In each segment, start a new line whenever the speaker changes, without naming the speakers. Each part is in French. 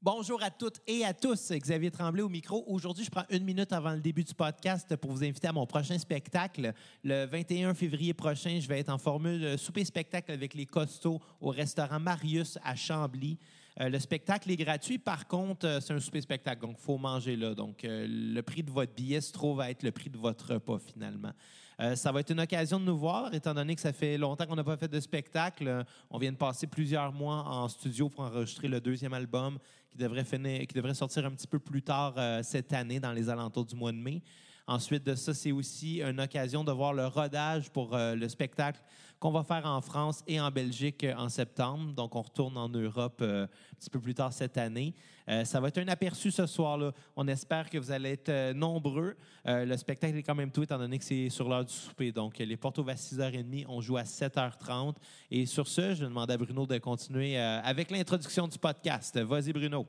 Bonjour à toutes et à tous. Xavier Tremblay au micro. Aujourd'hui, je prends une minute avant le début du podcast pour vous inviter à mon prochain spectacle. Le 21 février prochain, je vais être en formule souper-spectacle avec les costauds au restaurant Marius à Chambly. Euh, le spectacle est gratuit. Par contre, euh, c'est un souper-spectacle, donc faut manger là. Donc, euh, le prix de votre billet se trouve à être le prix de votre repas, finalement. Euh, ça va être une occasion de nous voir, étant donné que ça fait longtemps qu'on n'a pas fait de spectacle. Euh, On vient de passer plusieurs mois en studio pour enregistrer le deuxième album qui devrait, finir- qui devrait sortir un petit peu plus tard euh, cette année, dans les alentours du mois de mai. Ensuite de ça, c'est aussi une occasion de voir le rodage pour euh, le spectacle qu'on va faire en France et en Belgique euh, en septembre. Donc, on retourne en Europe euh, un petit peu plus tard cette année. Euh, ça va être un aperçu ce soir-là. On espère que vous allez être euh, nombreux. Euh, le spectacle est quand même tout, étant donné que c'est sur l'heure du souper. Donc, euh, les portes ouvrent à 6h30. On joue à 7h30. Et sur ce, je demande à Bruno de continuer euh, avec l'introduction du podcast. Vas-y, Bruno.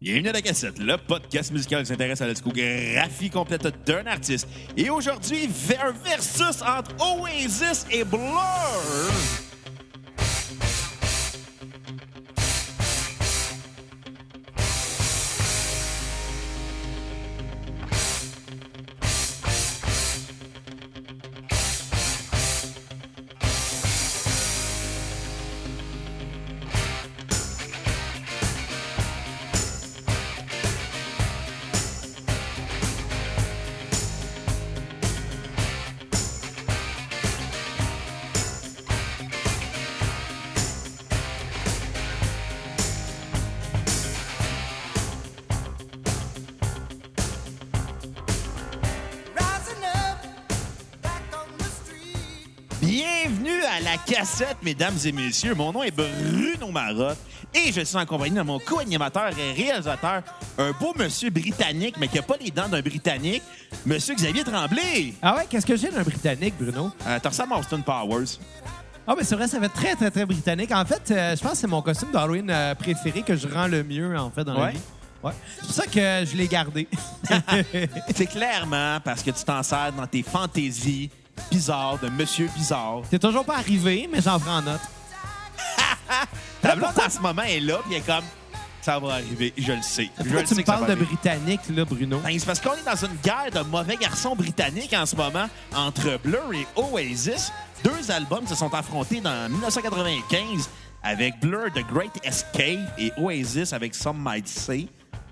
Bienvenue à la cassette, le podcast musical qui s'intéresse à la discographie complète d'un artiste. Et aujourd'hui, un versus entre Oasis et Blur.
Rising up, back on the street.
Bienvenue à la cassette, mesdames et messieurs. Mon nom est Bruno Marotte et je suis en compagnie de mon co-animateur et réalisateur, un beau monsieur britannique, mais qui n'a pas les dents d'un britannique, monsieur Xavier Tremblay.
Ah ouais, qu'est-ce que j'ai d'un Britannique, Bruno?
Euh, T'as ressemble à Austin Powers.
Ah, mais c'est vrai, ça fait très, très, très britannique. En fait, euh, je pense que c'est mon costume d'Halloween euh, préféré que je rends le mieux, en fait, dans la
Ouais?
vie. Ouais. C'est pour ça que je l'ai gardé.
C'est clairement parce que tu t'en sers dans tes fantaisies bizarres de monsieur bizarre.
T'es toujours pas arrivé, mais j'en prends note.
Ta blonde, en ce moment, elle est là, puis elle est comme ça va arriver, je le sais. Je
Pourquoi
le
tu
sais
me
que ça va
parles de
arriver.
Britannique, là, Bruno?
Ben, c'est parce qu'on est dans une guerre de mauvais garçons britanniques en ce moment entre Blur et Oasis. Deux albums se sont affrontés dans 1995 avec Blur, The Great Escape et Oasis avec Some Might Say.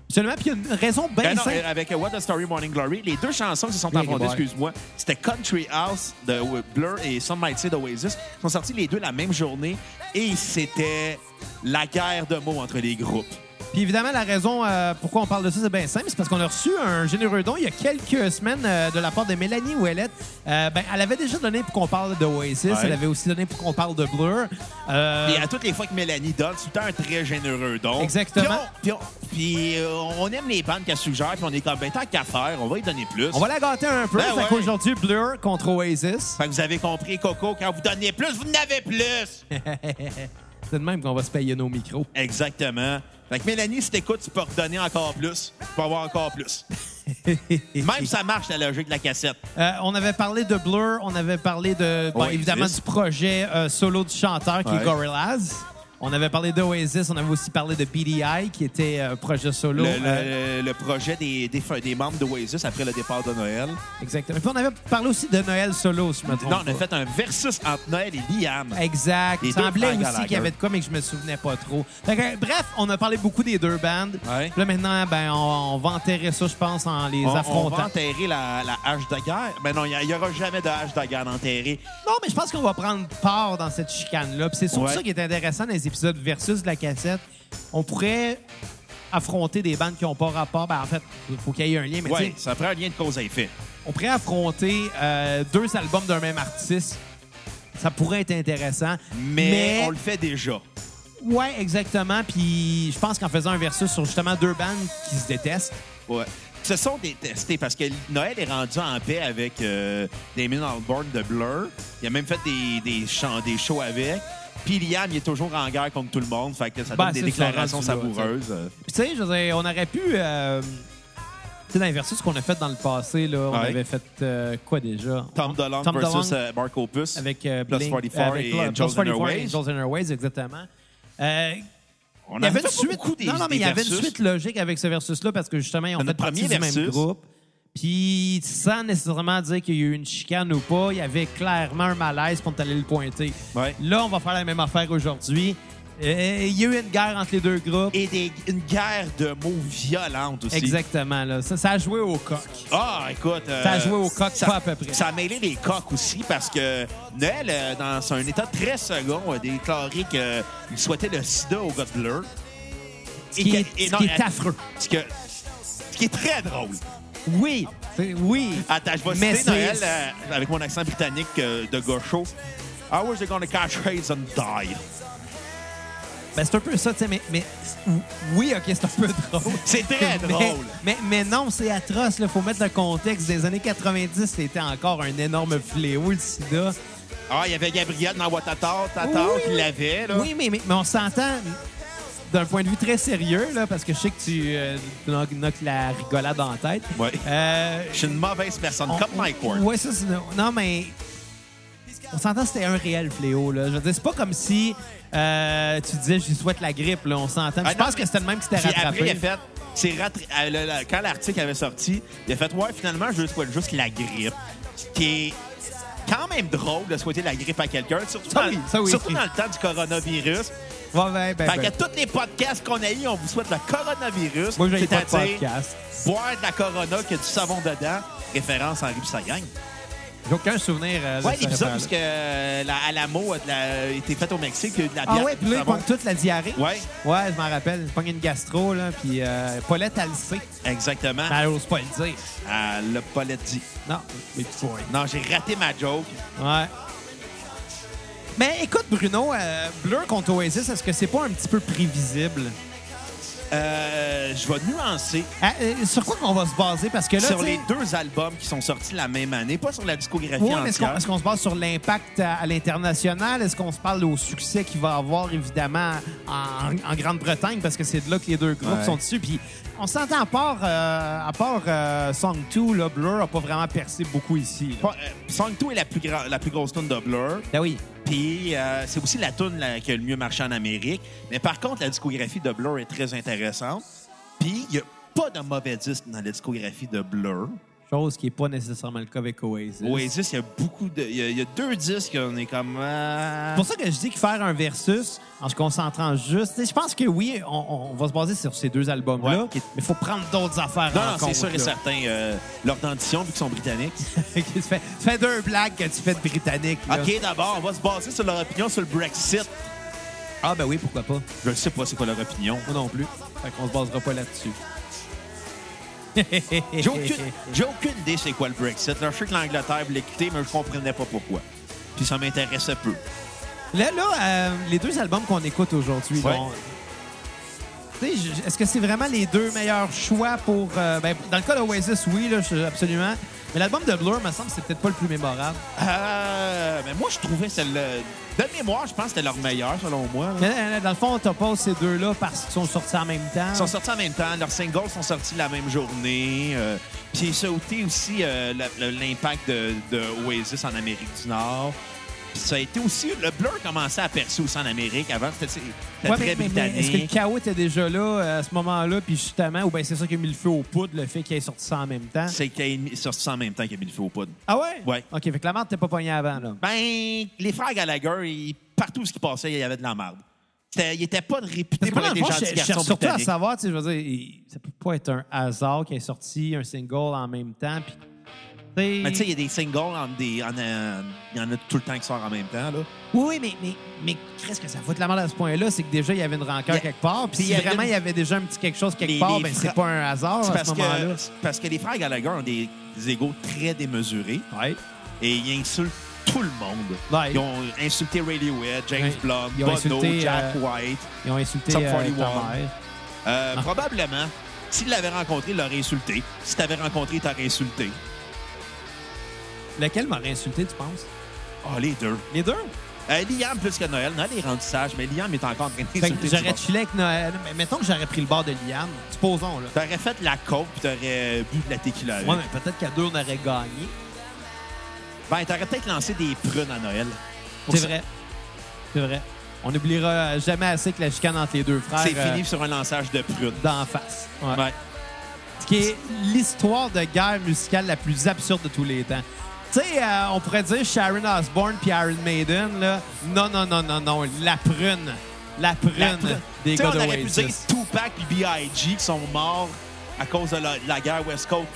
Seulement, puis il y a une raison bien
Ben non,
simple.
euh, avec euh, What a Story Morning Glory. Les deux chansons qui se sont
Bien,
affrontées,
boy.
excuse-moi, c'était Country House de euh, Blur et Some Might Say d'Oasis. Ils sont sortis les deux la même journée et c'était la guerre de mots entre les groupes.
Puis évidemment, la raison euh, pourquoi on parle de ça, c'est bien simple. C'est parce qu'on a reçu un généreux don il y a quelques semaines euh, de la part de Mélanie Ouellette. Euh, ben, elle avait déjà donné pour qu'on parle de Oasis.
Ouais.
Elle avait aussi donné pour qu'on parle de Blur. Euh,
Et à toutes les fois que Mélanie donne, c'est tout le temps un très généreux don.
Exactement.
Puis on, puis on- puis, euh, on aime les bandes qu'elle suggère, puis on est comme, ben tant qu'à faire, on va y donner plus.
on va la gâter un peu.
Ben
fait
ouais.
qu'aujourd'hui, Blur contre Oasis.
Fait que vous avez compris, Coco, quand vous donnez plus, vous n'avez plus.
C'est de même qu'on va se payer nos micros.
Exactement. Fait que Mélanie, si t'écoutes, tu peux redonner encore plus. Tu peux avoir encore plus. Même ça marche, la logique de la cassette.
Euh, on avait parlé de Blur, on avait parlé de, bon,
Oasis.
évidemment, du projet euh, solo du chanteur qui est
Ouais.
Gorillaz. On avait parlé d'Oasis, on avait aussi parlé de BDI qui était euh, projet solo.
Le,
euh,
le- le projet des, des, des membres d'Oasis après le départ de Noël.
exactement. Puis on avait parlé aussi de Noël solo, si je me trompe.
Non, on a
pas.
fait un versus entre Noël et Liam.
Exact.
Les
Il
deux
semblait
frères
aussi qu'il y avait
Gallagher.
de quoi, mais que je me souvenais pas trop. Fait que, euh, bref, on a parlé beaucoup des deux bandes.
Ouais.
Là, maintenant, ben, on, on va enterrer ça, je pense, en les
On- On, va
affrontant.
enterrer la, la hache de guerre. Ben non, il n'y aura jamais de hache de guerre enterrée.
Non, mais je pense qu'on va prendre part dans cette chicane-là. Puis C'est surtout
Ouais.
ça qui est intéressant dans les épisodes versus de la cassette. On pourrait affronter des bandes qui n'ont pas rapport. Ben, en fait, il faut qu'il y ait un lien. Mais tu
Oui,
sais,
ça prend un lien de cause à effet.
on pourrait affronter euh, deux albums d'un même artiste. Ça pourrait être intéressant.
Mais, on le fait déjà.
Ouais, exactement. Puis je pense qu'en faisant un versus sur justement deux bandes qui se détestent,
Ouais. Ce sont détestés parce que Noël est rendu en paix avec euh, Damien Albarn de Blur. Il a même fait des, des, chants- des shows avec. Puis Liam, il est toujours en guerre contre tout le monde. Fait que ça
Ben,
donne des
c'est ça,
déclarations
rendu là,
savoureuses.
Puis, tu sais, je veux dire, on aurait pu. euh, tu sais, dans les versus qu'on a fait dans le passé, là, on
Ouais.
avait fait euh, quoi déjà?
Tom DeLonge
Tom DeLonge
versus euh, Mark Opus.
avec euh,
Plus
Blink-
44
avec,
et
là,
Jones
Plus
and Her
44 et
Ways.
Jones and Her Ways, exactement. Euh, Il
On
y
en
avait
fait
une
pas
suite.
beaucoup des-
non, non, mais
des
il y avait une
versus.
suite logique avec ce versus-là parce que justement, ils ont
Notre
fait partie
premier
du même
versus.
groupe. Puis, sans nécessairement dire qu'il y a eu une chicane ou pas, il y avait clairement un malaise pour t'aller le pointer.
Ouais.
Là, on va faire la même affaire aujourd'hui. Euh, Il y a eu une guerre entre les deux groupes.
Et des- une guerre de mots violente aussi.
Exactement, là. Ça, ça a joué au coq.
Ah, écoute. euh,
Ça a joué au coq,
ça-
pas à peu près.
Ça a mêlé les coqs aussi parce que Noël, euh, dans un état très second, euh, a déclaré qu'il euh, souhaitait le sida au gars de Blur.
Ce qui
que-
est, ce
non,
qui est
euh,
affreux.
Ce, que- ce qui est très drôle.
Oui,
Ah.
c'est- oui.
Attends, je vais
Mais c'est-
citer Noël euh, avec mon accent britannique euh, de gaucho. How was they gonna catch Hayes and die?
Ben, c'est un peu ça, tu sais, mais, mais oui, OK, c'est un peu drôle.
C'est très
Mais-
drôle.
Mais, mais non, c'est atroce. Il faut mettre le contexte. Des années 90, c'était encore un énorme fléau, le sida.
Ah, il y avait Gabriel dans Watatar, Tatar,
Oui.
qui l'avait, là.
Oui, mais, mais, mais on s'entend d'un point de vue très sérieux, là, parce que je sais que tu euh, knock- knock la rigolade en tête.
Ouais.
Euh,
Je suis une mauvaise personne, comme Mike Ward.
Ouais, ça, c'est. Non, mais. On s'entend que c'était un réel fléau, là. Je veux dire, c'est pas comme si euh, tu disais, je lui souhaite la grippe, là. On s'entend.
Ah,
je
non,
pense que c'était le même qui s'était
Puis
rattrapé.
après, il a fait. c'est rattra- euh, le- le- quand l'article avait sorti, il a fait Ouais, finalement, je souhaite juste la grippe. Ce qui est quand même drôle de souhaiter la grippe à quelqu'un, surtout,
Ça
dans,
oui, ça oui.
surtout dans le temps du coronavirus.
Ouais, ben, ben,
fait
ben.
que tous les podcasts qu'on a eu, on vous souhaite le coronavirus.
Moi, j'ai pas de
C'est-à-dire
podcast.
boire de la corona qui a du savon dedans. Référence à Henri Pissagang.
J'ai aucun souvenir. euh, de
Ouais,
ce
l'épisode
référent-là.
parce que euh, la Alamo a de la- été faite au Mexique, il y a eu de la bière.
Ah ouais, puis là, il pogne toute la diarrhée.
Ouais.
Ouais, je m'en rappelle. Il pogne une gastro, là, puis euh, Paulette, elle le sait.
Exactement.
Mais Ben, elle n'ose pas le dire.
Ah, le Paulette dit.
Non, mais tu vois.
Non, j'ai raté ma joke.
Ouais. Mais écoute, Bruno, euh, Blur contre Oasis, est-ce que c'est pas un petit peu prévisible?
Euh, je vais nuancer
Ah, euh, sur quoi qu'on va se baser? Parce que là,
sur
tu sais-
les deux albums qui sont sortis la même année, pas sur la discographie
Oui, mais est-ce qu'on
entière.
est-ce qu'on se base sur l'impact euh, à, à l'international? Est-ce qu'on se parle au succès qu'il va avoir, évidemment, en, en Grande-Bretagne? Parce que c'est de là que les deux groupes
Ouais.
sont dessus. Puis on s'entend à part, euh, à part euh, Song 2, là, Blur n'a pas vraiment percé beaucoup ici. là.
Pas- euh, Song 2 est la plus, gra- la plus grosse tune de Blur.
Ben oui.
Puis euh, c'est aussi la tune là, qui a le mieux marché en Amérique. Mais par contre, la discographie de Blur est très intéressante. Puis il n'y a pas de mauvais disque dans la discographie de Blur.
Chose qui n'est pas nécessairement le cas avec Oasis.
Oasis, il y a beaucoup de. Il y, a- il y a deux disques, on est comme. euh,
C'est pour ça que je dis que faire un versus en se concentrant juste, tu sais, je pense que oui, on, on va se baser sur ces deux albums-là,
Ouais.
mais il faut prendre d'autres affaires
Non,
en
non, c'est
compte,
sûr et
là.
certain. euh, leur dentition, vu qu'ils sont britanniques.
tu, fais, tu fais deux blagues que tu fais de britannique. là.
OK, d'abord, on va se baser sur leur opinion sur le Brexit.
Ah ben oui, pourquoi pas.
Je ne sais pas c'est quoi leur opinion.
Moi non plus. Fait qu'on se basera pas là-dessus.
J'ai aucune, j'ai aucune idée c'est quoi le Brexit. Là, je sais que l'Angleterre voulait quitter, mais je comprenais pas pourquoi. Puis ça m'intéressait peu.
Là, là euh, les deux albums qu'on écoute aujourd'hui,
Ouais.
bon, tu sais, je- est-ce que c'est vraiment les deux meilleurs choix pour... euh, ben, dans le cas d'Oasis, oui, là, je- absolument. Mais l'album de Blur, me semble, c'est peut-être pas le plus mémorable.
Euh, mais moi, je trouvais celle De mémoire, je pense que c'était leur meilleur, selon moi. là.
Mais, euh, Dans le fond, on t'oppose ces deux-là parce qu'ils sont sortis en même temps.
Ils sont sortis en même temps. Leurs singles sont sortis la même journée. euh, puis j'ai sauté aussi euh, la- le- l'impact de, de Oasis en Amérique du Nord. Puis ça a été aussi... Le Blur commençait à percer aussi en Amérique. Avant, c'était c'était
Ouais,
très
mais- mais- mais
britannique.
Est-ce que le chaos était déjà là euh, à ce moment-là, puis justement, ou bien c'est ça qui a mis le feu au poudre, le fait qu'ils aient sorti ça en même temps?
C'est qu'il est sorti en même temps qu'il a mis le feu au poudre.
Ah ouais?
Ouais.
OK, fait que la merde t'es pas pogné avant, là.
Ben, les frères Gallagher, ils- partout où ils passaient, il y avait de la merde. C'était- Ils n'étaient pas réputés
Parce que
pour
moi,
être
dans
des
le fond, je
gentils
je
garçons
cherche surtout à
britanniques.
savoir, tu sais, je veux dire, il- ça peut pas être un hasard qu'il ait sorti un single en même temps, puis... tu sais-
Mais tu sais, il y a des singles, en des, en, euh, il y en a tout le temps qui sortent en même temps. Là.
Oui, oui, mais, mais, mais qu'est-ce que ça fout de la merde à ce point-là? C'est que déjà, il y avait une rancœur
Il y a-
quelque part, puis
puis
si
il y avait
vraiment,
une-
il y avait déjà un petit quelque chose quelque
Les-
part,
les
ben
fra-
c'est pas un hasard
C'est
à
parce,
ce moment-là.
que, c'est parce que les frères Gallagher ont des, des égos très démesurés
Ouais.
et ils insultent tout le monde.
Ouais.
Ils ont insulté Radiohead, James
Ouais.
Blunt,
Ils ont
Bono,
insulté,
Jack
euh,
White.
Ils ont insulté
Sum
euh,
41.
ta mère.
Euh,
Ah.
Probablement, s'ils l'avaient rencontré, ils l'auraient insulté. Si t'avais rencontré, ils t'auraient insulté.
Lequel m'aurait insulté, tu penses?
Oh, les deux.
Les deux?
Euh, Liam plus que Noël. Noël est rendu sage, mais Liam est encore en train de
Fait que
s'insulter.
j'aurais
du
chillé avec Noël. Mais mettons que j'aurais pris le bord de Liam. Supposons, là.
bord. T'aurais fait la coke puis t'aurais euh, bu de la tequila. avec.
Ouais, mais peut-être qu'à deux, on aurait gagné.
Ben, t'aurais peut-être lancé des prunes à Noël. Pour
C'est
ça-
vrai. C'est vrai. On On n'oubliera jamais assez que la chicane entre les deux frères
C'est fini
euh,
sur un lançage de prunes.
d'en face. Ouais.
Ouais.
Ce qui est l'histoire de guerre musicale la plus absurde de tous les temps. Tu sais, euh, on pourrait dire Sharon Osbourne puis Iron Maiden, là. Non, non, non, non, non. La prune. La prune,
La prune.
des
Tu sais,
gars
on aurait pu
d'Oasis.
dire Tupac et B.I.G. qui sont morts à cause de la, la guerre West Coast,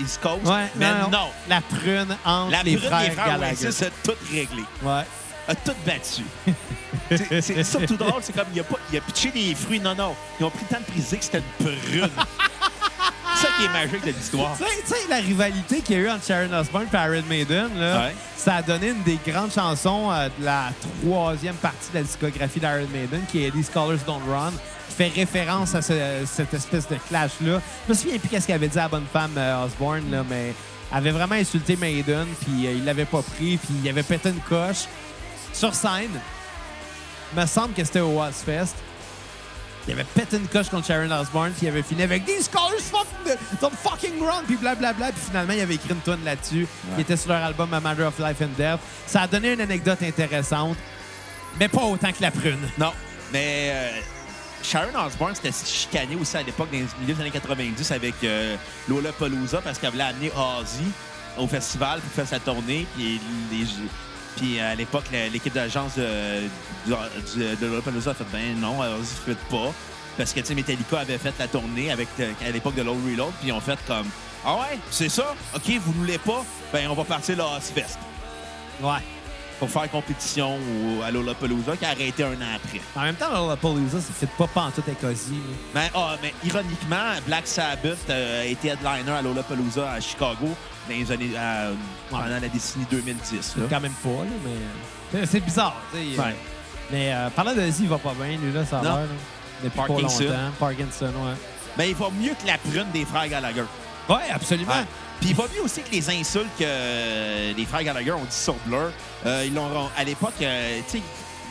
East Coast.
Ouais,
mais non.
La prune entre
La
les
brune
frères
des frères
Gallagher.
Oasis a tout réglé,
Ouais.
a tout battu. c'est c'est surtout drôle, c'est comme il a, pas, il a pitché des fruits. Non, non. Ils ont pris le temps de préciser que c'était une prune. c'est ça qui est magique de l'histoire.
Tu sais- tu sais, la rivalité qu'il y a eu entre Sharon Osbourne et Iron Maiden, là,
Ouais.
ça a donné une des grandes chansons euh, de la troisième partie de la discographie d'Iron Maiden, qui est These Colors Don't Run, qui fait référence à ce- cette espèce de clash-là. Je me souviens plus qu'est-ce qu'elle avait dit à la bonne femme euh, Osbourne, là, mais elle avait vraiment insulté Maiden, puis euh, il l'avait pas pris, puis il avait pété une coche. Sur scène, me semble que c'était au Wasfest. Il avait pété une coche contre Sharon Osbourne, puis il avait fini avec These Colors fucking, don't fucking run, puis blablabla. puis finalement, il avait écrit une tonne là-dessus, qui était sur leur album A Matter of Life and Death. Ça a donné une anecdote intéressante, mais pas autant que la prune.
Non, mais euh, Sharon Osbourne s'était chicanée aussi à l'époque, dans les milieux des années 90, avec euh, Lola Palooza parce qu'elle voulait amener Ozzy au festival pour faire sa tournée. Puis, les- puis euh, à l'époque, la- l'équipe d'agence de, du- du- de Lola Palooza a fait ben non, Ozzy ne fait pas. Parce que tu sais, Metallica avait fait la tournée avec euh, à l'époque de Low Reload, puis ils ont fait comme Ah ouais, c'est ça, ok, vous ne voulez pas, ben on va partir le Ozfest
Ouais.
pour faire compétition au- à Lola Palooza qui a arrêté un an après.
En même temps, Lollapalooza, ça fait pas pantoute écosie. là.
Mais, ah, mais ironiquement, Black Sabbath euh, a été headliner à Lollapalooza à Chicago dans les années, à- pendant la décennie 2010. là.
Quand même pas, là, mais... euh, C'est bizarre, tu sais.
Ouais.
Mais euh, parlant de Z, il va pas bien, lui, là, ça a
Non.
l'air. là. Depuis
Parkinson.
pas longtemps. Parkinson, ouais.
Mais Ben, il va mieux que la prune des frères Gallagher.
Ouais, absolument.
Ouais. Puis il va mieux aussi que les insultes que euh, les frères Gallagher ont dit sur Blur. Euh, ils l'ont, à l'époque, euh, tu sais,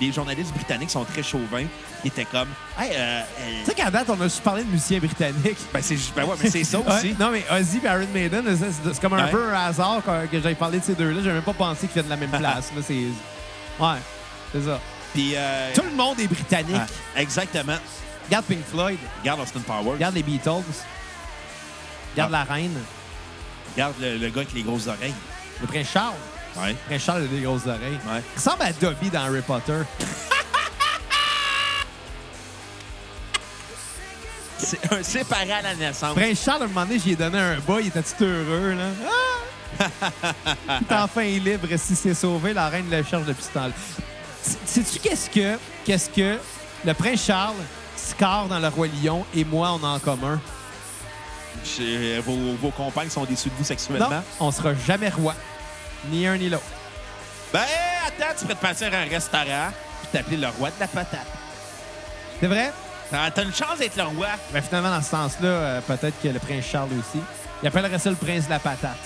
les journalistes britanniques sont très chauvins. Ils étaient comme, hey, euh, euh,
Tu sais qu'à date, on a juste parlé de musiciens britanniques.
ben, c'est, ben ouais, mais c'est ça aussi.
Ouais, non, mais Ozzy et Iron Maiden, c'est- c'est c'est comme un
Ouais.
peu un hasard que, que j'avais parlé de ces deux-là. J'avais même pas pensé qu'ils viennent de la même place. là, c'est... Ouais, c'est ça.
Puis, euh,
Tout le monde est britannique.
ouais, exactement.
Regarde Pink Floyd,
Regarde Austin Powers. Regarde,
regarde les Beatles, regarde la reine,
le, le gars avec les grosses oreilles.
le prince Charles.
Ouais.
Le prince Charles a des grosses oreilles.
Ouais.
Il ressemble à Dobby dans Harry Potter.
C'est un séparé à la naissance.
Prince Charles, à un moment donné, j'y ai donné un bas, il était tout heureux, là. Ah! il est enfin libre. Si c'est sauvé, la reine le cherche depuis ce temps-là. S- Sais-tu qu'est-ce que, qu'est-ce que le prince Charles, Scar dans Le Roi Lion et moi, on a en commun?
Chez- euh, Vos, vos compagnes sont déçues de vous
Non,
sexuellement.
on sera jamais roi. Ni un ni l'autre.
Ben, attends, tu pourrais te passer à un restaurant puis t'appeler le roi de la patate.
C'est vrai?
T'as t'as une chance d'être le roi.
Mais finalement, dans ce sens-là, euh, peut-être que le prince Charles aussi. Il appellerait ça le prince de la patate.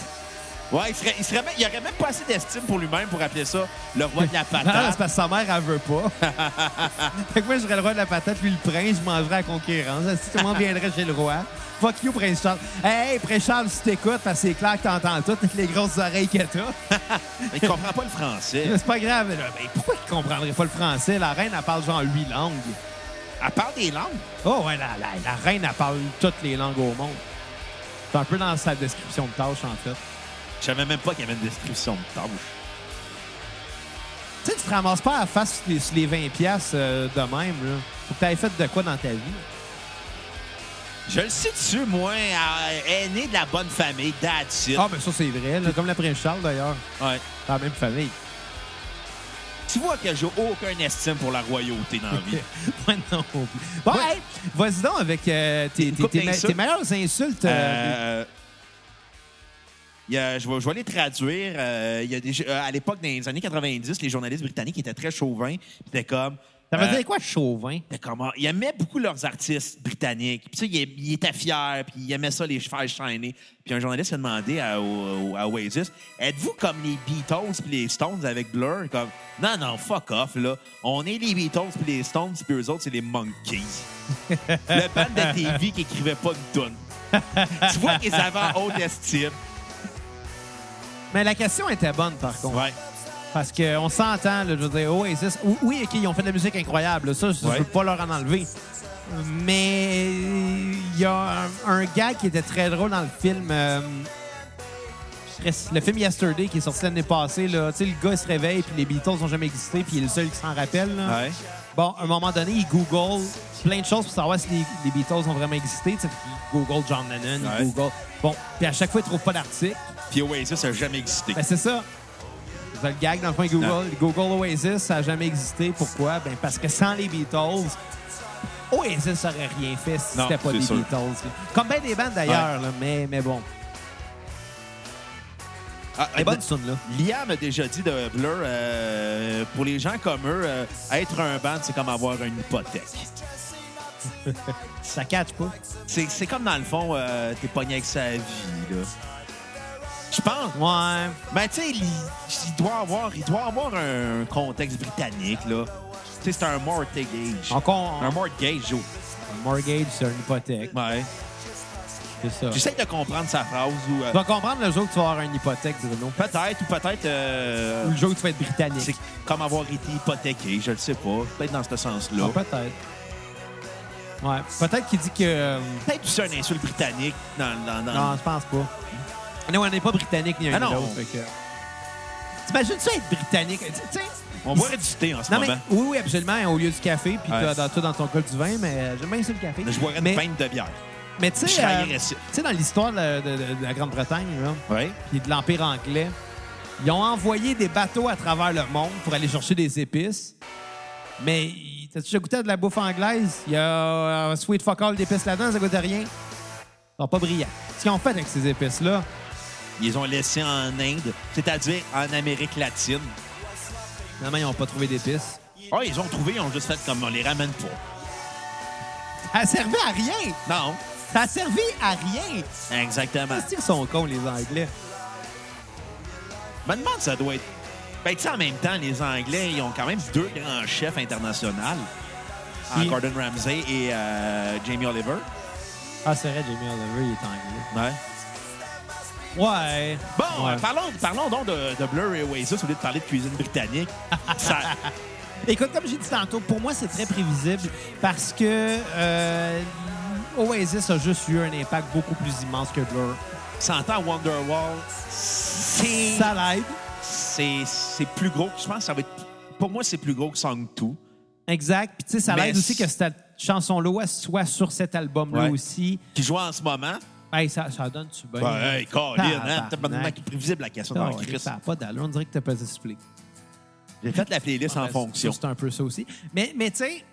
Ouais, il, serait, il, serait, même- il aurait même pas assez d'estime pour lui-même pour appeler ça le roi de la
Non, non, c'est
patate.
parce que sa mère, elle veut pas. fait que moi, je serais le roi de la patate, lui le prince, je mangerais à concurrence. Si tout le monde viendrait chez le roi. Fuck you, Prince Charles. Hey, hey, Prince Charles, si t'écoutes, parce que c'est clair que t'entends tout avec les grosses oreilles que t'as.
Mais il comprend pas le français.
Mais c'est pas grave. là. Mais pourquoi il comprendrait pas le français? La reine, elle parle genre huit langues.
Elle parle des langues.
Oh, ouais, la, la- la reine, elle parle toutes les langues au monde. C'est un peu dans sa description de tâche, en fait.
Je savais même pas qu'il y avait une description de tâche.
Tu sais, tu te ramasses pas à la face sur les, sur les 20 piastres euh, de même. Là. Faut que t'aies fait de quoi dans ta vie.
Je le situe, moi, à- aîné de la bonne famille, that's it.
Ah, ben ça, c'est vrai. là. Comme la Prince Charles, d'ailleurs.
Ouais.
Dans la même famille.
Tu vois que j'ai aucune estime pour la royauté dans la vie.
ouais, non. Bon,
Ouais.
hey, vas-y donc avec euh, tes,
Une
tes,
couple
tes, me-
d'insultes.
tes meilleures insultes. euh,
Euh, il y a- je, vais, je vais les traduire. Euh, il y a des- euh, à l'époque, dans les années 90, les journalistes britanniques étaient très chauvins. Puis C'était comme.
ça veut
euh,
dire quoi, chauvin?
c'était comme, ils aimaient beaucoup leurs artistes britanniques. Puis, tu sais, ils, ils étaient fiers, puis ils aimaient ça, les faire shiner. Puis un journaliste a demandé à, au- au- à Oasis Êtes-vous comme les Beatles puis les Stones avec Blur Comme, non, non, fuck off, là. On est les Beatles puis les Stones, puis eux autres, c'est les Monkeys. Le band de TV qui écrivait pas de tune. tu vois qu'ils avaient haute estime.
Mais la question était bonne, par contre.
Ouais.
Parce qu'on s'entend, là, je veux dire, Oasis, ou- oui, OK, ils ont fait de la musique incroyable, là, ça, je
Ouais.
veux pas leur en enlever. Mais il y a un, un gars qui était très drôle dans le film. euh, le film Yesterday qui est sorti l'année passée, là, tu sais, le gars il se réveille puis les Beatles n'ont jamais existé puis il est le seul qui s'en rappelle. là.
Ouais.
Bon, à un moment donné, il Google plein de choses pour savoir si les, les Beatles ont vraiment existé. tu sais, Il Google John Lennon,
Ouais.
il Google. Bon, puis à chaque fois, il trouve pas d'article.
Puis Oasis n'a jamais existé.
Ben, c'est ça. Vous avez le gag dans le coin Google.
Non.
Google Oasis, ça n'a jamais existé. Pourquoi? Ben, parce que sans les Beatles, Oasis n'aurait rien fait si
Non,
c'était pas
c'est
les
sûr.
Beatles. là. Comme bien des bandes d'ailleurs, là, mais, mais bon.
Ah,
Les
euh,
bonnes tunes, là.
Liam a déjà dit de Blur, euh, pour les gens comme eux, euh, être un band, c'est comme avoir une hypothèque.
Ça catch pas.
C'est c'est comme, dans le fond, euh, t'es pogné avec sa vie, là. Je pense.
Ouais.
Ben, tu sais, il, il doit avoir, il doit avoir un contexte britannique, là. Tu sais, c'est un mortgage.
Encore
Un mortgage, Joe.
un mortgage, c'est une hypothèque.
Ouais.
C'est ça. Tu
J'essaie de comprendre sa phrase ou... euh,
vas comprendre le jour que tu vas avoir une hypothèque, Bruno.
peut-être, ou peut-être... euh,
Ou le jour où tu vas être
c'est
britannique.
comme avoir été hypothéqué, je le sais pas. Peut-être dans ce sens-là.
Ah, peut-être. Ouais. Peut-être qu'il dit que. euh,
Peut-être aussi un insulte britannique dans... dans, dans-
Non, je pense pas. Non, on n'est pas britannique ni un
Ah non.
ni l'autre. fait que- T'imagines-tu être britannique? Tu- tu sais,
On
ici-
boirait du thé en ce
Non, mais,
moment.
oui, oui, absolument, au lieu du café, puis
Ouais.
t'as dans, toi, dans ton cas, du vin, mais euh, j'aime bien ça, le café.
Je boirais
mais,
une pinte de bière.
Mais tu
je
sais, euh,
trahirais
tu
ça.
sais, dans l'histoire de, la- de- de- de la Grande-Bretagne, là,
Oui.
puis de l'Empire anglais, ils ont envoyé des bateaux à travers le monde pour aller chercher des épices, mais ils- t'as-tu déjà goûté à de la bouffe anglaise? Il y a euh, un sweet fuck all d'épices là-dedans, ça goûte à rien. Ils sont pas brillants. Ce qu'ils ont fait avec ces épices-là,
Ils ont laissé en Inde, c'est-à-dire en Amérique latine.
Finalement, ils n'ont pas trouvé d'épices.
Ah, ils ont trouvé, ils ont juste fait comme on les ramène pas.
Ça servait à rien!
Non.
Ça servait à rien!
Exactement.
Qu'est-ce qu'ils sont cons, les Anglais?
Je me demande si ça doit être. Ben, tu sais, en même temps, les Anglais, ils ont quand même deux grands chefs internationaux. Ah,
Qui?
Gordon Ramsay et euh, Jamie Oliver.
Ah, c'est vrai, Jamie Oliver, il est anglais.
Ouais.
Ouais.
Bon,
Ouais.
euh, parlons, parlons donc de, de Blur et Oasis au lieu de parler de cuisine britannique. ça,
Écoute, comme j'ai dit tantôt, pour moi, c'est très prévisible parce que euh, Oasis a juste eu un impact beaucoup plus immense que Blur.
s'entend Wonderwall, c'est.
Ça l'aide.
c'est c'est plus gros. Je pense que ça va être. Pour moi, c'est plus gros que Song 2.
Exact. Puis, tu sais, ça
Mais
l'aide aussi que cette chanson-là soit sur cet album-là
Ouais.
aussi.
Qui joue en ce moment.
Hey, ça, ça donne-tu bien?
Ben, hey, Colin, hein?
Tabarnak.
T'as pas de mec prévisible la question
Ah
dans
ouais,
Chris.
ça n'a pas d'allure. On dirait que t'as pas expliqué.
J'ai fait la playlist en
Ouais,
fonction.
C'est un peu ça aussi. Mais, mais tu sais,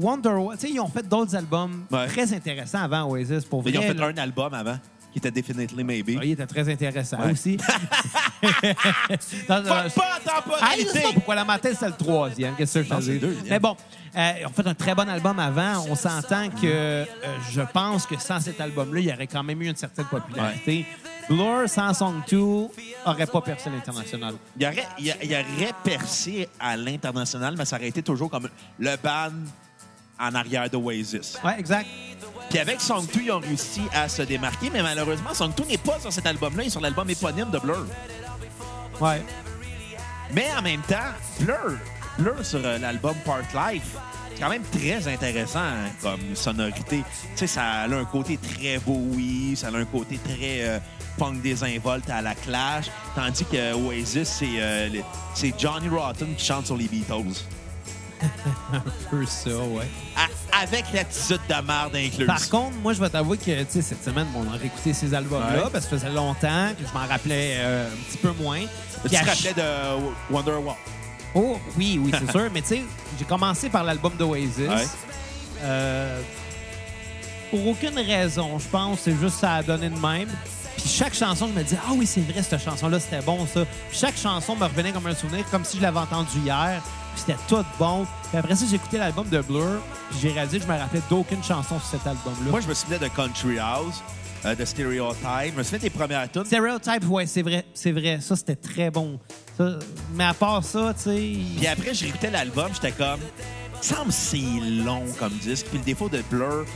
Wonderwall, tu sais, ils ont fait d'autres albums
Ouais.
très intéressants avant Oasis pour
Mais
vrai.
ils ont fait
là.
un album avant, qui était Definitely Maybe.
Ah, Il était très intéressant
Ouais.
aussi. Dans-
Fuck pas en
Ah, je sais
temporalité!
pas pourquoi la matinée, c'est le troisième. Qu'est-ce que je
Non,
veux
c'est le
dire?
deuxième.
Mais bon, euh, ils ont fait un très bon album avant. On s'entend que euh, je pense que sans cet album-là, il y aurait quand même eu une certaine popularité. Blur, sans Song 2, aurait pas percé l'international.
Il aurait, il, il aurait percé à l'international, mais ça aurait été toujours comme le ban en arrière d'Oasis.
Ouais, exact.
Puis avec Song 2, ils ont réussi à se démarquer, mais malheureusement, Song 2 n'est pas sur cet album-là, il est sur l'album éponyme de Blur.
Ouais.
Mais en même temps, Blur, Blur sur euh, l'album Part Life, c'est quand même très intéressant hein, comme sonorité. Tu sais, ça a un côté très Bowie, ça a un côté très euh, punk désinvolte à la Clash, tandis que euh, Oasis, c'est euh, le- c'est Johnny Rotten qui chante sur les Beatles.
Peu ça, ouais.
À- avec l'attitude de merde incluse.
Par contre, moi, je vais t'avouer que tu sais, cette semaine, bon, on a réécouté ces albums-là
Ouais.
parce que ça faisait longtemps que je m'en rappelais euh, un petit peu moins.
tu
Puis
te
à
rappelais de Wonderwall.
Oh, oui, oui, c'est sûr. Mais tu sais, j'ai commencé par l'album d'Oasis.
Ouais.
Euh, pour aucune raison, je pense. C'est juste ça a donné de même. Puis chaque chanson, je me dis, ah oui, c'est vrai, cette chanson-là, c'était bon, ça. Puis chaque chanson me revenait comme un souvenir, comme si je l'avais entendu hier. Puis c'était tout bon. Puis après ça, j'ai écouté l'album de Blur. Puis j'ai réalisé que je me rappelais d'aucune chanson sur cet album-là.
Moi, je me souvenais de Country House, euh, de Stereotype. Je me souviens des premières tunes.
Stereotype, ouais, c'est vrai, c'est vrai. Ça, c'était très bon. Ça- mais à part ça, tu sais.
Puis après, j'écoutais l'album, j'étais comme, semble que c'est long comme disque. Puis le défaut de Blur,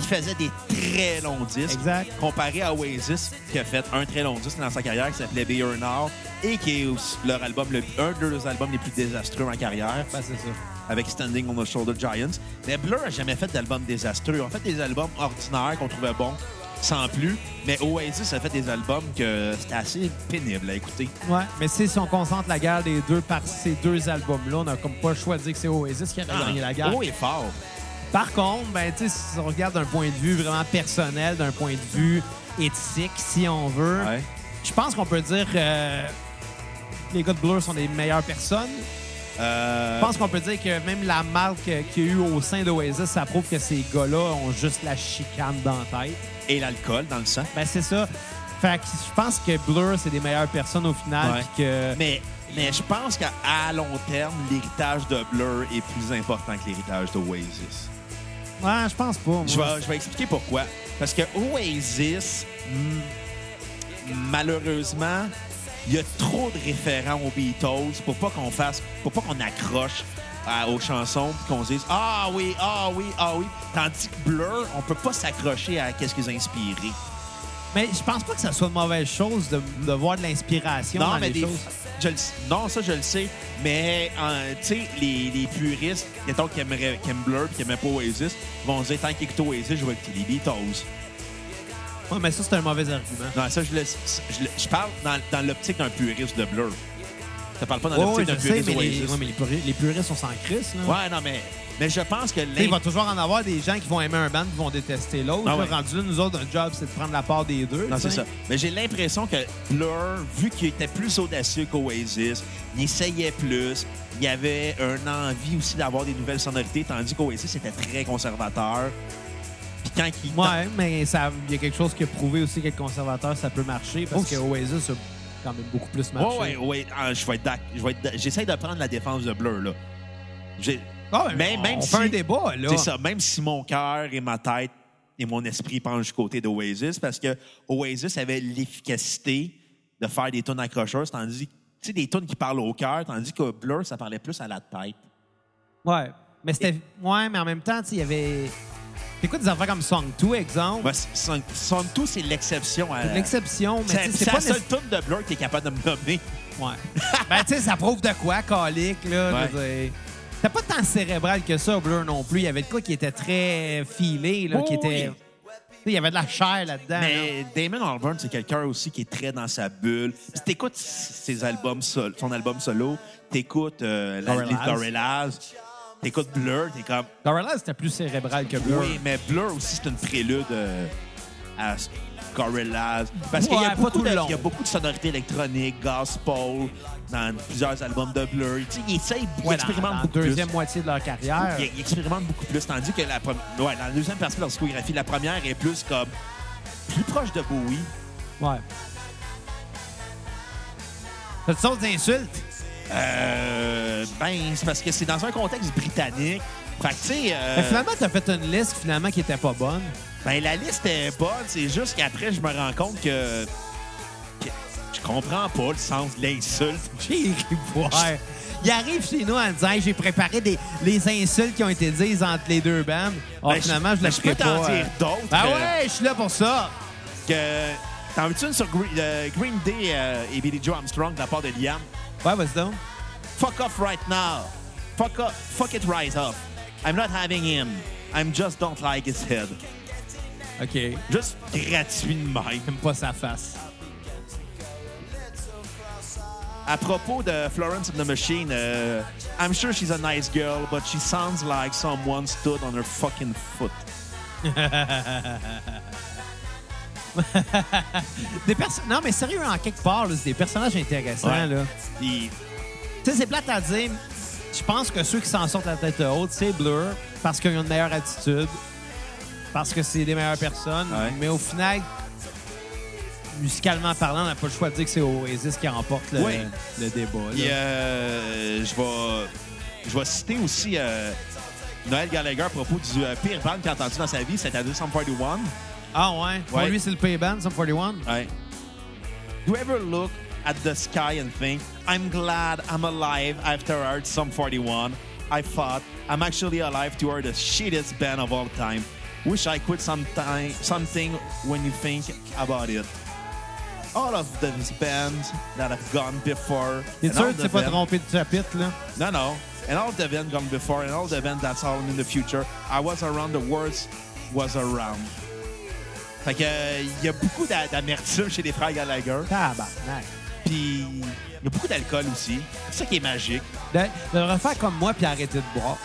il faisait des très longs disques.
Exact.
Comparé à Oasis, qui a fait un très long disque dans sa carrière, qui s'appelait Be Your Now, et qui est aussi leur album, le, un de leurs albums les plus désastreux en carrière
Ben, c'est ça.
avec Standing on the Shoulder Giants. Mais Blur n'a jamais fait d'album désastreux. Ils ont fait des albums ordinaires qu'on trouvait bons, sans plus. Mais Oasis a fait des albums que c'était assez pénible à écouter.
Ouais, mais si si on concentre la guerre des deux par ces deux albums-là, on n'a comme pas le choix de dire que c'est Oasis qui a gagné la guerre.
Oh, est fort.
Par contre, ben, tu sais, si on regarde d'un point de vue vraiment personnel, d'un point de vue éthique, si on veut,
Ouais.
je pense qu'on peut dire euh, les gars de Blur sont des meilleures personnes.
Euh,
Je pense qu'on peut dire que même la marque qu'il y a eu au sein d'Oasis, ça prouve que ces gars-là ont juste la chicane dans la tête.
Et l'alcool dans le sang.
Ben, c'est ça. Fait que je pense que Blur, c'est des meilleures personnes au final.
Ouais.
puis que...
Mais, mais je pense qu'à à long terme, l'héritage de Blur est plus important que l'héritage de Oasis.
Ouais, je pense pas. moi.
Je vais, je vais expliquer pourquoi. Parce que Oasis, mm, malheureusement, il y a trop de référents aux Beatles pour pas qu'on fasse, pour pas qu'on accroche à- aux chansons puis qu'on se dise ah oui ah oui ah oui tandis que Blur on peut pas s'accrocher à qu'est-ce qu'ils ont inspiré
Mais je pense pas que ça soit une mauvaise chose de, de voir de l'inspiration
non
dans
mais
les
des,
choses.
je le sais- non ça je le sais mais euh, tu sais les, les puristes mettons qui aimeraient qui aiment Blur puis qui aiment pas Oasis vont dire tant qu'ils écoutent Oasis je vais écouter les Beatles
Ouais, mais ça, c'est un mauvais argument.
Non, ça, je, le- je, le- je parle dans, dans l'optique d'un puriste de Blur. Ça parle pas dans
Ouais,
l'optique
ouais,
d'un
je sais,
puriste
mais, les,
Oasis.
ouais, mais les puri- les puristes, on s'en crisse. Là.
Ouais, non, mais, mais je pense que
Tu sais,
l'in-
Il va toujours en avoir des gens qui vont aimer un band qui vont détester l'autre. là.
Ah ouais.
Rendu là, nous autres, notre job, c'est de prendre la part des deux.
Non,
tu
c'est
sais.
ça. Mais j'ai l'impression que Blur, vu qu'il était plus audacieux qu'Oasis, il essayait plus, il y avait un envie aussi d'avoir des nouvelles sonorités, tandis qu'Oasis était très conservateur. Puis quand il...
Ouais, mais ça- il y a quelque chose qui a prouvé aussi que le conservateur, ça peut marcher parce
Oh,
que
c'est-
Oasis a quand même beaucoup plus
Ouais,
marché.
ouais, ouais, ah, je vais être d'ac- je vais être d'ac- J'essaie de prendre la défense de Blur, là. J'ai-
Ah ouais,
Même-
on
même
fait
si-
un débat, là.
C'est ça. Même si mon cœur et ma tête et mon esprit penchent du côté d'Oasis, parce que Oasis avait l'efficacité de faire des tunes accrocheuses, tandis tu sais, des tunes qui parlent au cœur, tandis que Blur, ça parlait plus à la tête.
Ouais. Mais c'était. Ouais, mais en même temps, tu sais, il y avait. T'écoutes des affaires comme Song 2, exemple.
Ouais, c'est- Son Son Two, c'est l'exception. à-
C'est de L'exception, mais
C'est
tu sais,
c'est
c'est
la
pas
seule tune de Blur qui est capable de me nommer.
Ouais. ben, tu sais, ça prouve de quoi, colique, là.
Ouais.
je veux dire. C'était pas tant cérébral que ça, Blur, non plus. Il y avait de quoi qui était très filé, là,
Oui,
qui était...
oui.
Tu sais, Il y avait de la chair là-dedans. là.
Mais Damon Albarn, c'est quelqu'un aussi qui est très dans sa bulle. Si t'écoutes ses albums sol- son album solo, t'écoutes euh, la-
Gorillaz.
les Gorillaz, t'écoutes Blur, t'es comme...
Gorillaz, c'était plus cérébral que Blur.
Oui, mais Blur aussi, c'est une prélude euh, à Gorillaz. Parce qu'il y,
Ouais,
a
pas
beaucoup
tout
de-
le long.
il y a beaucoup de sonorités électroniques, gospel, dans plusieurs albums de Blur. Tu sais, Ils essayent, ils
Ouais, dans-
expérimentent
dans la
beaucoup
deuxième
plus.
moitié de leur carrière.
Ils, ils expérimentent beaucoup plus, tandis que la, première, ouais, dans la deuxième partie de leur discographie, la première est plus comme plus proche de Bowie.
Ouais. T'as-tu d'autres insultes?
Euh, ben, c'est parce que c'est dans un contexte britannique. Fait que, tu sais, euh,
Mais Ben, finalement, t'as fait une liste finalement qui était pas bonne.
Ben, la liste est bonne, c'est juste qu'après, je me rends compte que, que je comprends pas le sens de l'insulte.
J'ai ri boire. Il arrive chez nous en disant Hey, j'ai préparé des, les insultes qui ont été dites entre les deux bandes. Ah,
Ben, je-
finalement, je
ben,
les
je peux
ferai
t'en
pas, euh.
dire d'autres,
Ben
euh.
ouais, je suis là pour ça.
Que, t'en veux-tu une sur Green, euh, Green Day euh, et Billy Joe Armstrong de la part de Liam?
Ouais, vas-y donc.
Fuck off right now. Fuck, off, fuck it right off. I'm not having him. I'm just don't like his head.
OK. J'aime
Juste gratuit de même.
pas sa face.
À propos de Florence and the Machine, euh, I'm sure she's a nice girl, but she sounds like someone stood on her fucking foot.
Des perso- non, mais sérieux, en quelque part, là, c'est des personnages intéressants.
Ouais.
là.
Puis,
Tu sais, c'est plate à dire. Je pense que ceux qui s'en sortent la tête haute, c'est Blur, parce qu'ils ont une meilleure attitude, parce que c'est des meilleures personnes.
Ouais.
Mais au final, musicalement parlant, on n'a pas le choix de dire que c'est Oasis qui remporte le,
Oui.
le débat. là.
Puis, euh, je vais je vais citer aussi euh, Noël Gallagher à propos du euh, pire band qu'il a entendu dans sa vie, c'était à Sum 41.
Ah ouais? Pour
Ouais. Ah,
lui, c'est le P-Band, Sum 41?
Ouais. Do you ever look at the sky and think, I'm glad I'm alive after I heard Sum 41. I thought I'm actually alive to hear the shittest band of all time. Wish I Quit sometime, Something When You Think About It. All of these bands that have gone before.
T'es
and
sûr
all
que tu
the
t'es pas
bands-
trompé de chapitre, là?
No, no. And all the bands gone before and all the bands that's all in the future. I was around, the words was around. Fait que, euh, il y a beaucoup d'a- d'amertume chez les frères Gallagher.
Tabarnak.
Puis, il y a beaucoup d'alcool aussi. C'est ça qui est magique.
De, de refaire comme moi puis arrêter de boire.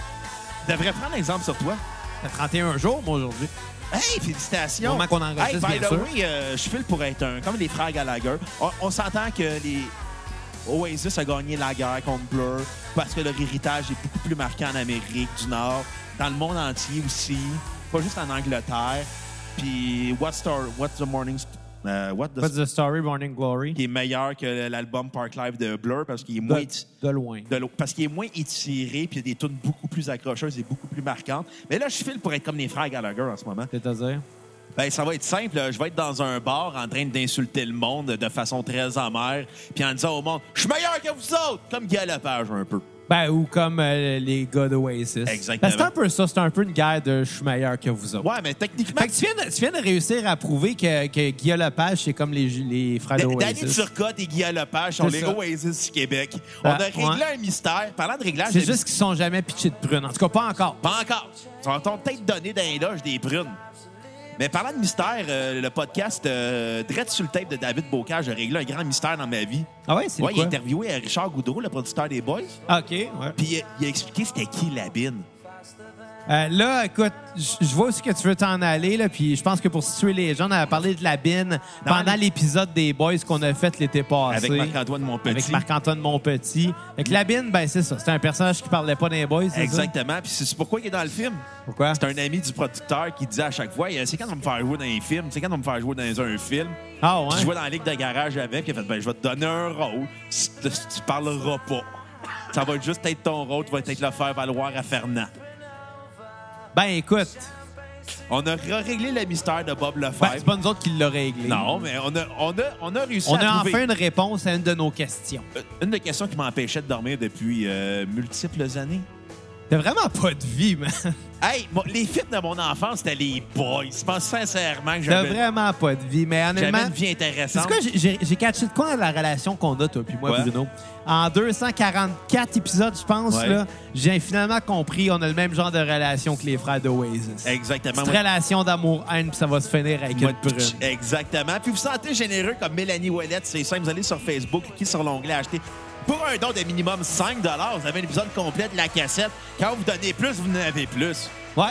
Je devrais prendre exemple sur toi.
Ça fait 31 jours, moi, aujourd'hui.
Hey, félicitations!
Au moment qu'on enregistre, bien
hey, by the
sûr.
way, euh, je file pour être un, comme les frères Gallagher. On, on s'entend que les Oasis a gagné la guerre contre Blur parce que leur héritage est beaucoup plus marqué en Amérique du Nord, dans le monde entier aussi, pas juste en Angleterre. Puis What's, Star- What's the Morning... St- euh, What the...
Pas de Story Morning Glory.
qui est meilleur que l'album Park Live de Blur parce qu'il est
De,
moins...
de loin.
de l'eau. Parce qu'il est moins étiré, puis il y a des tunes beaucoup plus accrocheuses et beaucoup plus marquantes. Mais là, je file pour être comme les frères Gallagher en ce moment.
C'est-à-dire?
Ben, ça va être simple. Je vais être dans un bar en train d'insulter le monde de façon très amère, puis en disant au monde « Je suis meilleur que vous autres! » Comme Guy Lepage, un peu.
Ben, ou comme euh, les gars d'Oasis.
Exactement.
Ben, c'est un peu ça. C'est un peu une guerre de « je suis meilleur que vous autres
Ouais, mais techniquement...
Fait que tu viens, de, tu viens de réussir à prouver que, que Guillaume Lepage, c'est comme les, les frères
D- Danny
d'Oasis.
Turcotte et Guy Lepage sont
C'est
les
ça.
Oasis du Québec. On
Ah,
a réglé
ouais.
un mystère. Parlant de réglage...
C'est
de
juste qu'ils sont jamais pitchés de prunes. En tout cas, pas encore.
Pas encore. Ça va peut-être donner dans les loges des prunes. Mais parlant de mystère, euh, le podcast euh, Drette sur le tape de David Bocage a réglé un grand mystère dans ma vie.
Ah ouais, c'est
Ouais, il a
quoi?
interviewé Richard Goudreau, le producteur des Boys,
Ah, OK, ouais.
puis il a- il a expliqué c'était qui Labine.
Euh, là, écoute, j- je vois aussi que tu veux t'en aller, là, puis je pense que pour situer les gens, on avait parlé de la bine pendant
les-
l'épisode des Boys qu'on a fait l'été passé.
Avec Marc-Antoine Montpetit.
Avec Marc-Antoine Montpetit. Fait que la bine, ben c'est ça. C'est un personnage qui parlait pas des Boys, c'est ça?
Exactement. Puis c'est c'est pourquoi il est dans le film.
Pourquoi?
C'est un ami du producteur qui disait à chaque fois C'est quand on va me faire jouer dans un film C'est quand on va me faire jouer dans un film
Ah ouais?
Puis Je jouais dans la ligue de garage avec. Il a fait ben, Je vais te donner un rôle. Si tu, si tu parleras pas, ça va juste être ton rôle. Tu vas peut-être le faire valoir à Fernand.
Ben écoute,
On a réglé le mystère de Bob
ben,
Lefebvre.
c'est pas nous autres qui l'a réglé.
Non, mais on a, on a, on a réussi
On
à
a
trouver
enfin une réponse à une de nos questions.
une des questions qui m'empêchait de dormir depuis euh, multiples années.
T'as vraiment pas de vie, man.
Hey, moi, les films de mon enfance, c'était les boys. Je pense sincèrement que
T'as
j'avais
vraiment pas de vie, mais
J'avais
honnêtement...
une vie
C'est
intéressante.
quoi, j'ai- j'ai j'ai catché de quoi dans la relation qu'on a, toi puis moi,
Ouais.
Bruno? En 244 épisodes, je pense,
Ouais.
là, j'ai finalement compris on a le même genre de relation que les frères d'Oasis.
Exactement.
Cette
ben Moi-
relation d'amour-haine, puis ça va se finir avec
moi,
une prune.
Exactement. Puis vous sentez généreux comme Mélanie Ouellette, c'est simple. Vous allez sur Facebook, cliquez sur l'onglet acheter. Pour un don de minimum 5 vous avez un épisode complet de la cassette. Quand vous donnez plus, vous en avez plus.
Ouais.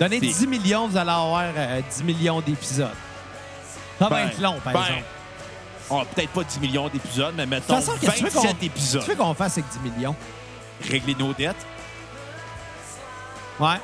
Donnez
C'est-
10 millions, vous allez avoir euh, 10 millions d'épisodes. Ça va
Ben,
être Ah, long, par
ben,
exemple.
Oh, peut-être pas 10 millions d'épisodes, mais
De
mettons
toute façon, qu'est-ce que tu veux qu'on- qu'est-ce
27
que tu veux
épisodes.
qu'on fasse avec 10 millions?
Régler nos dettes.
Ouais.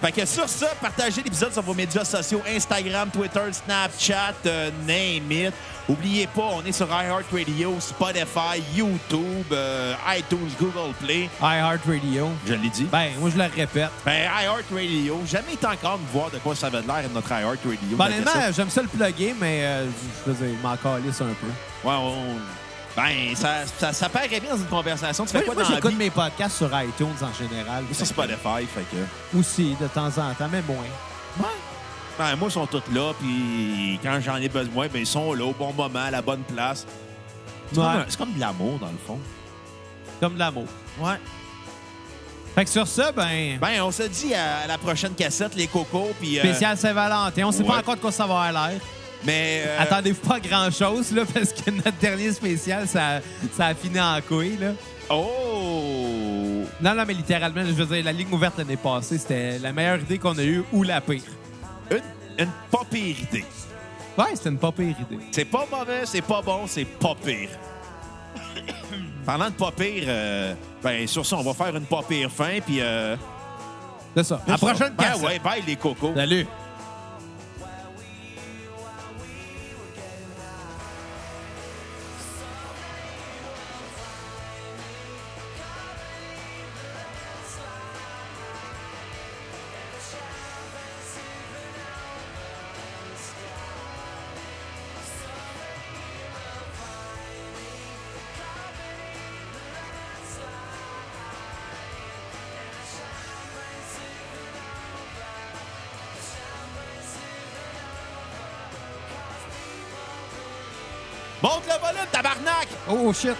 Fait que sur ça, partagez l'épisode sur vos médias sociaux, Instagram, Twitter, Snapchat, euh, name it. Oubliez pas, on est sur iHeartRadio, Spotify, YouTube, euh, iTunes, Google Play.
iHeartRadio.
Je l'ai dit.
Ben, moi, je le répète.
Ben, iHeartRadio, jamais été encore me voir de quoi ça avait de l'air notre iHeartRadio.
Ben,
la cassette.
honnêtement, j'aime ça le plugger, mais euh, je- je veux dire, il m'en calisse un peu.
Ouais, on- Ben, ça, ça, ça paraît bien dans une conversation. Tu fais
Moi,
quoi
moi,
dans la
j'écoute
vie?
mes podcasts sur iTunes en général.
Sur Spotify, fait que...
Aussi, de temps en temps, mais moins.
Ouais. Ben, moi, ils sont tous là, puis quand j'en ai besoin, ben, ils sont là, au bon moment, à la bonne place. C'est
Ouais.
comme un- c'est comme de l'amour, dans le fond.
Comme de l'amour.
Ouais.
Fait que sur ça, ben,
Ben, on se dit à la prochaine cassette, les cocos, puis... euh,
spécial Saint-Valentin. On sait
ouais.
pas encore de quoi ça va avoir l'air.
mais... euh,
Attendez-vous pas grand-chose, là, parce que notre dernier spécial, ça, ça a fini en couille, là.
Oh!
Non, non, mais littéralement, je veux dire, la ligne ouverte l'année passée, c'était la meilleure idée qu'on a eue ou la pire.
Une, une pas pire idée.
Ouais, c'était une pas pire idée.
C'est pas mauvais, c'est pas bon, c'est pas pire. Parlant de pas pire, euh, ben, sur ça, on va faire une pas pire fin, puis... Euh,
C'est ça. À la prochaine
ben,
cassette.
ouais, bye, les cocos.
Salut.
Thank you
Monte le volume, tabarnak!
Oh shit!